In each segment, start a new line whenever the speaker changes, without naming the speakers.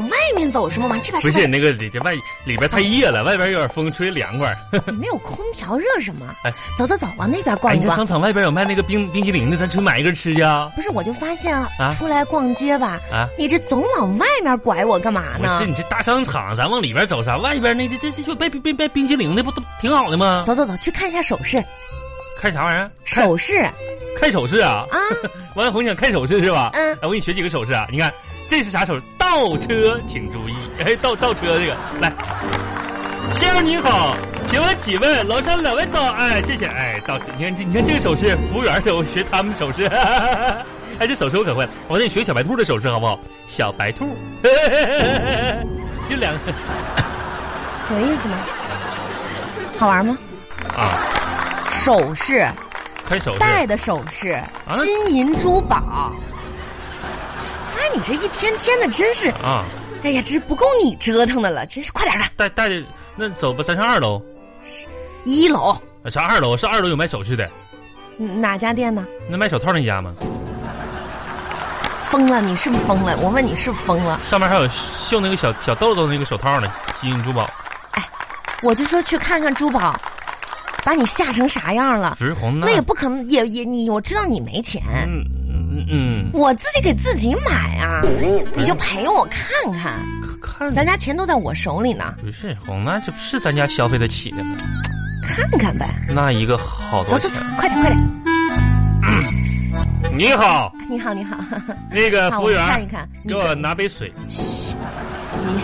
哎面走是吗？往这边
不
是
是
外面
那个里这外里边太热了，外边有点风吹凉快。
你没有空调热什么
哎？
走走走，往那边
哎，
逛一
你
逛。
看商场外边有卖那个冰冰淇淋的，咱出去买一根吃去啊！
不是，我就发现
啊
啊，出来逛街吧，
啊
你这总往外面拐，我干嘛
不
呢？
是你这大商场，咱往里边走啥？外边那这这这就卖冰冰卖冰淇淋的，不都挺好的吗？
走走走，去看一下首饰，
看啥玩意儿？看
首饰
看手势啊！
啊，
王小红你想看手势是吧？
嗯
哎，我给你学几个手势啊！你看这是啥手势？倒车请注意， 哎，倒倒车这个来。先生您好，请问几位？楼上两位走，哎，谢谢，哎，倒车，你看这你看这个手势，服务员给我学他们手势， 哎，这手势我可会了，我得学小白兔的手势好不好？小白兔， 就两个
有意思吗？好玩吗？
啊，
首饰，
看手势，
戴的首饰，
那
金银珠宝。发现你这一天天的，真是，
啊，
哎呀，这不够你折腾的了，真是快点儿的，
带带着那走吧，咱上二楼，
一楼
上二楼，上二楼有卖首饰的，
嗯哪家店呢？
那卖手套那家吗？
疯了，你是不是疯了？我问你是不是疯了？
上面还有绣那个小小豆豆那个手套呢，金银珠宝。
我就说去看看珠宝，把你吓成啥样了？
只是红的。
那也不可能，也也你，我知道你没钱，
嗯嗯嗯
我自己给自己买啊，你就陪我看看，
嗯，看
咱家钱都在我手里呢，
不是红的，这是咱家消费得起的吗？
看看呗。
那一个好
走
多
走
钱
走。，快点快点！
你好，
你好你好，
那个
那
服
我
务员，
看一看，你
给我拿杯水。
你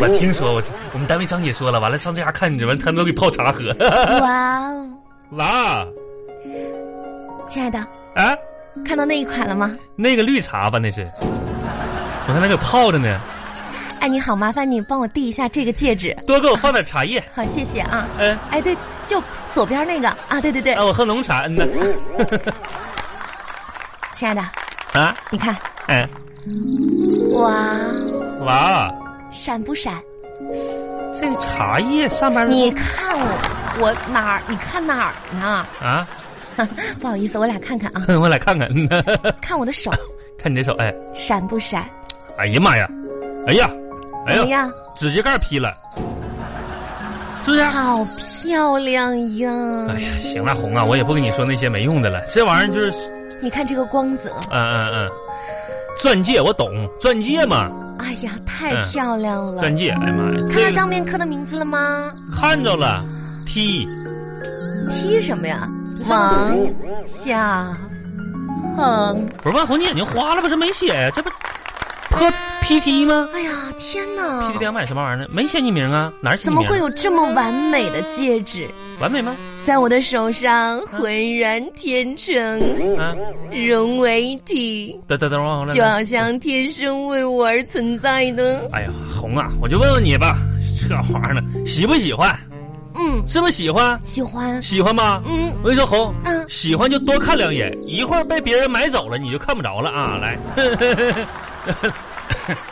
我听说我我们单位张姐说了，完了上这家看你，完了他们都给泡茶喝。
哇哦，
哇，
亲爱的，
啊，
看到那一款了吗？
那个绿茶吧，那是。我看那个泡着呢，
哎，你好，麻烦你帮我递一下这个戒指，
多给我放点茶叶。
好，谢谢啊。
嗯、
哎，对，就左边那个啊，对对对
啊，，我喝浓茶。嗯呐，
亲爱的，
啊，
你看，
哎，
哇，
哇，
闪不闪？
这个茶叶上面
你看我，我哪儿？你看哪儿呢？
啊，
不好意思，我俩看看啊，
我来看看， 嗯
看我的手
看你这手，哎，
闪不闪？
哎呀妈呀，哎呀，哎
怎么
呀，
样？
指甲盖劈了，是不是？
好漂亮
哎
呀！
呀，行了，红啊，我也不跟你说那些没用的了，这玩意儿就是，
你看这个光泽，
嗯嗯嗯，钻戒我懂，钻戒嘛，
哎呀，太
嗯
漂亮了！
钻戒，哎呀妈呀，
看到
这
上面刻的名字了吗？
看着了，T，
踢什么呀？王小恒。
不是万红，你眼睛花了吧？这没写呀，这不喝 PT 吗
哎呀，天
？PT
哪！
两百什么玩意儿呢？没写你名啊？哪儿写
怎
你
么
名
会？有这么完美的戒指，
完美吗？
在我的手上浑然天成，
啊，
融为一体，
等等等会儿，红来
就。好像天生为我而存在的。
哎呀，红啊，我就问问你吧，这玩意儿呢，喜不喜欢？
嗯，
是不是喜欢？
喜欢。
喜欢吧？
嗯
我跟你说，红，
嗯
喜欢就多看两眼，一会儿被别人买走了，你就看不着了啊！来，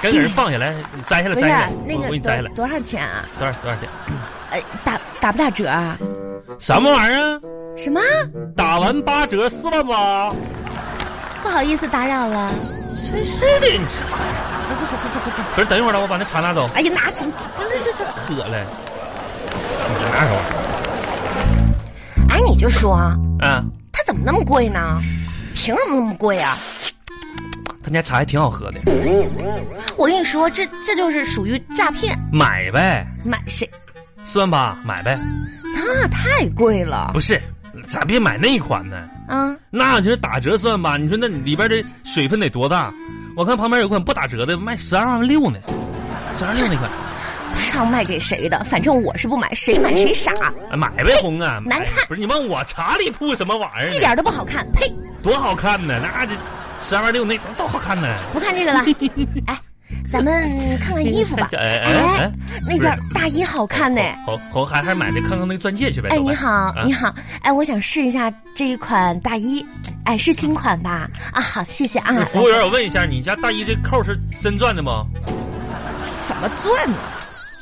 赶紧人放下来，你摘下 来，
不
摘
是啊
下来，
那
我我给
个
你摘下来
多，多少钱啊？
多少多少钱？
呃，打打不打折啊？
什么玩意儿啊？
什么？
打完八折四万八，
不好意思打扰了。
真是的，你这玩意儿。
走走走走走走走。
不是，等一会儿了，我把那茶拿走，
哎呀，拿走！真的是的。
渴了。你拿手
哎，你就说啊，
啊？
它怎么那么贵呢？凭什么那么贵啊？
他家茶还挺好喝的，
我跟你说，这这就是属于诈骗，
买呗，
买谁？
四万八买呗。
那太贵了
不是，咱别买那款呢。
啊！
那就是打折算吧，你说那里边的水分得多大？我看旁边有款不打折的，卖十二万六呢，十二六那款，
不知道卖给谁的，反正我是不买，谁买谁傻，
哎买呗，红啊，买
难看
不是你问我茶里铺什么玩意儿呢？
一点都不好看。呸！
多好看呢，那这十二万六那多好看呢。。
不看这个了。哎，咱们看看衣服吧
哎哎哎，
那件大衣好看呢。
红红还还买的，看看那个钻戒去呗。
哎，
走吧
你好，你
啊
好，哎，我想试一下这一款大衣，哎，是新款吧？啊，好，谢谢啊。
那服务员，我问一下，你家大衣这扣是真钻的吗？
来什么钻呢？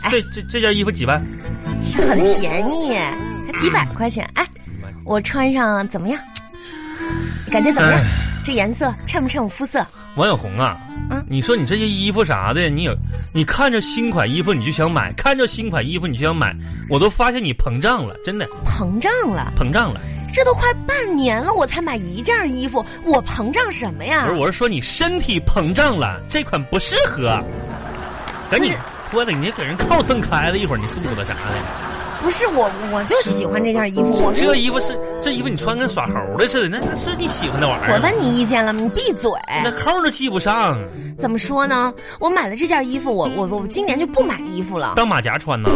哎
这这这件衣服几万？
是很便宜，还几百块钱。哎，我穿上怎么样？感觉怎么样
哎？
这颜色衬不衬我肤色？
王小红啊，
嗯
你说你这些衣服啥的，你有你看着新款衣服你就想买，看着新款衣服你就想买，我都发现你膨胀了，真的
膨胀了，
膨胀了。
这都快半年了，我才买一件衣服，我膨胀什么呀
不是，？我是说你身体膨胀了，这款不适合。等你脱了，你给人靠挣开了，一会儿你肚子啥的。
不是我，我就喜欢这件衣服，我
这衣服是这衣服，你穿跟耍猴的似的，那那是你喜欢的玩意儿吗。
我问你意见了，你闭嘴。
那扣都系不上，
怎么说呢？我买了这件衣服，我我我今年就不买衣服了，
当马甲穿呢。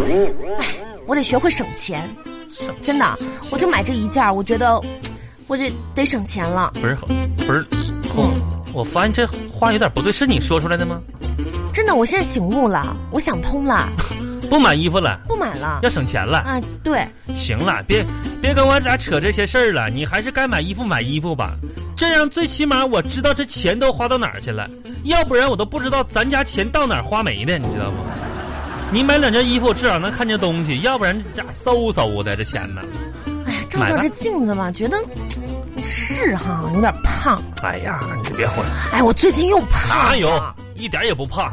我得学会省钱。
省
真的，我就买这一件儿，我觉得我这得省钱了。
不是不是，红、
嗯
我发现这话有点不对，是你说出来的吗？
真的，我现在醒悟了，我想通了，
不买衣服了，
不买了。
要省钱了。
啊，对，
行了，别别跟我俩扯这些事儿了，你还是该买衣服买衣服吧。这样最起码我知道这钱都花到哪儿去了，要不然我都不知道咱家钱到哪儿花没的，你知道吗？你买两件衣服，至少能看见东西，要不然这家嗖嗖的这钱呢？
哎呀，照
买
照
吧
这镜子吧，觉得嘖是哈，有点胖。
哎呀，你别混，
哎，我最近又胖了。
哪有？一点也不胖，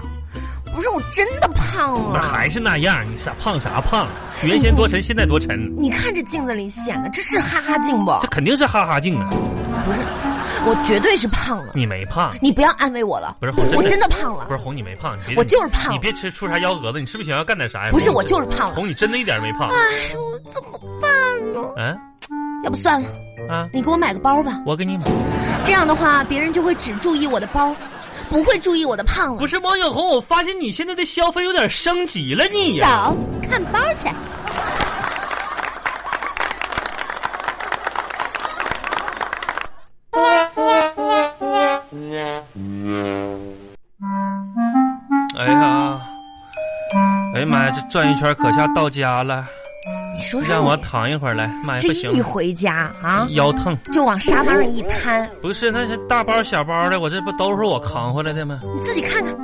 不是，我真的胖
那
了。
还是那样，你啥胖啥胖，原先多沉，现在多沉，
你看这镜子里显得，这是哈哈镜不？
这肯定是哈哈镜啊！
不是，我绝对是胖了。
你没胖，
你不要安慰我了，
不是我真的
我真的胖了
不。是红你没胖，你别
我就是胖
你别吃出啥幺蛾子，你是不是想要干点啥呀？
不是，我就是胖了。
红，你真的一点没胖。
哎，我怎么办呢？
嗯
要不算了，
啊，
你给我买个包吧。
我给你买。
这样的话，别人就会只注意我的包，不会注意我的胖了。
不是王小红，我发现你现在的消费有点升级了，你
走
呀。，
看包去。
哎呀，哎呀妈呀，这转一圈可下到家了，
你说
让
说
我
你，
躺一会儿来。妈呀，
这
不
一
行，
回家啊，
腰疼。
就往沙发上一瘫，
不是，那是大包小包的，我这不都是我扛回来的吗？
你自己看看，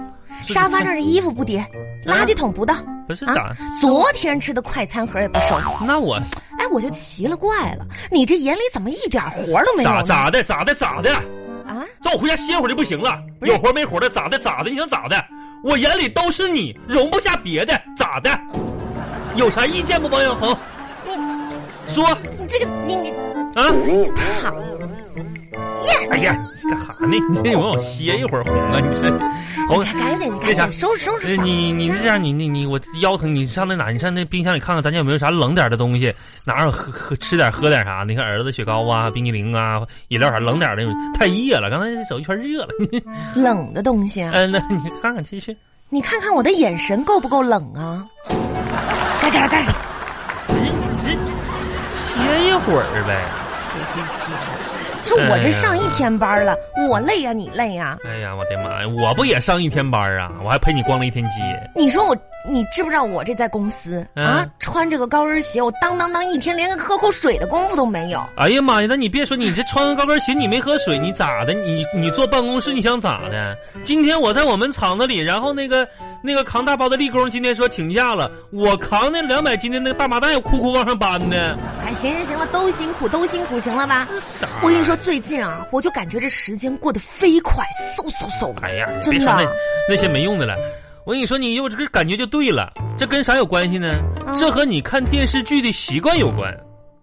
沙发上的衣服不叠，垃圾桶不倒。
嗯不是
啊
咋？
昨天吃的快餐盒也不收，
那我
哎，我就奇了怪了，你这眼里怎么一点活儿都没有
咋
呢？
咋的咋的咋的？
啊，
让我回家歇会儿就不行了？
不是
有活没活的咋的咋的？你想咋的？我眼里都是你，容不下别的，咋的？有啥意见不，王小红？
你
说
你这个你你
啊！
躺
哎呀，干啥呢？你得让我歇一会儿，红啊！你这红，
赶紧
那
赶
啥
紧收拾收
呃
拾吧。
你你这样，你你你，我腰疼，你上那哪？你上那冰箱里看看，咱家有没有啥冷点的东西？哪有喝喝吃点喝点啥？你看儿子雪糕啊、冰激凌啊、饮料啥冷点的，太热了。刚才走一圈热了。
冷的东西啊
嗯、，呃，那你看看继续。
你看看我的眼神够不够冷啊？该干啥干啥，
哎你这歇一会儿呗。
歇歇歇。说我这上一天班了，我累呀、你累啊呀、
哎呀，我的妈呀！我不也上一天班啊？我还陪你逛了一天街。
你说我，你知不知道我这在公司、啊
嗯，
穿这个高跟鞋，我当当当一天连个喝口水的功夫都没有。
哎呀妈呀！那你别说，你这穿个高跟鞋，你没喝水，你咋的？你你坐办公室，你想咋的？今天我在我们厂子里，然后那个那个扛大包的力工今天说请假了，我扛那两百斤的那个大麻袋，哭哭往上搬呢。
哎，行行行了，都辛苦都辛苦，行了吧？
啥？
我跟你说，，最近啊，我就感觉这时间过得飞快，嗖嗖嗖的。
哎呀，你
真
别
的
说那那些没用的了。我跟你说，你有这个感觉就对了，这跟啥有关系呢？
嗯
这和你看电视剧的习惯有关。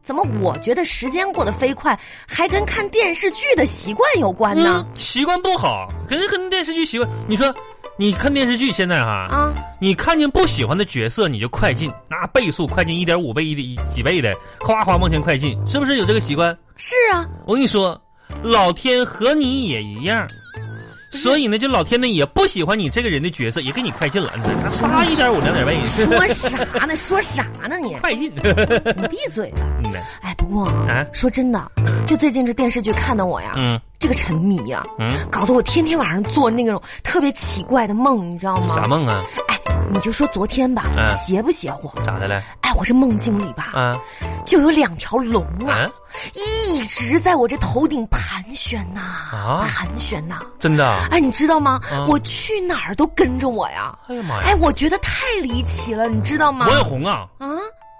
怎么我觉得时间过得飞快，还跟看电视剧的习惯有关呢？
嗯，习惯不好，可是跟电视剧习惯，你说你看电视剧现在哈，
啊，
你看见不喜欢的角色，你就快进，拿倍速快进一点五倍、一点几倍的，哗哗往前快进，是不是有这个习惯？
是啊，
我跟你说，老天和你也一样，所以呢，就老天呢也不喜欢你这个人的角色，也给你快进了，你看哗一点五、两点倍，
说啥呢？说啥呢你？
快进。
你闭嘴吧！
嗯呢
哎，不过啊，
啊
说真的，就最近这电视剧看的我呀，
嗯
这个沉迷呀、
嗯，
搞得我天天晚上做那种特别奇怪的梦，你知道吗？
啥？梦啊？
哎，你就说昨天吧，
嗯
邪不邪乎？
咋的了？
哎，我这梦境里吧，
啊
就有两条龙啊，
啊
一直在我这头顶盘旋呐、
啊！
盘旋呐、
真的啊？
哎，你知道吗？
啊
我去哪儿都跟着我呀！
哎呀妈
哎
呀！，
我觉得太离奇了，你知道吗
王？小红啊，
啊，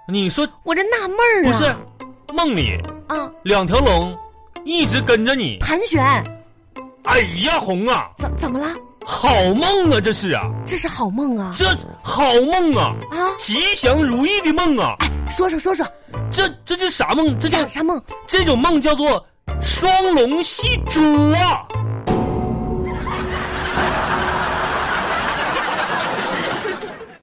你说
我这纳闷儿啊！
不是梦里
啊，
两条龙一直跟着你？
盘旋，
哎呀，红啊！
怎怎么了？
好梦啊，这是啊，
这是好梦啊
这好梦啊，
啊！
吉祥如意的梦啊，
哎，说说说说，
这这这啥梦？这叫
啥啥梦？
这种梦叫做双龙戏珠啊！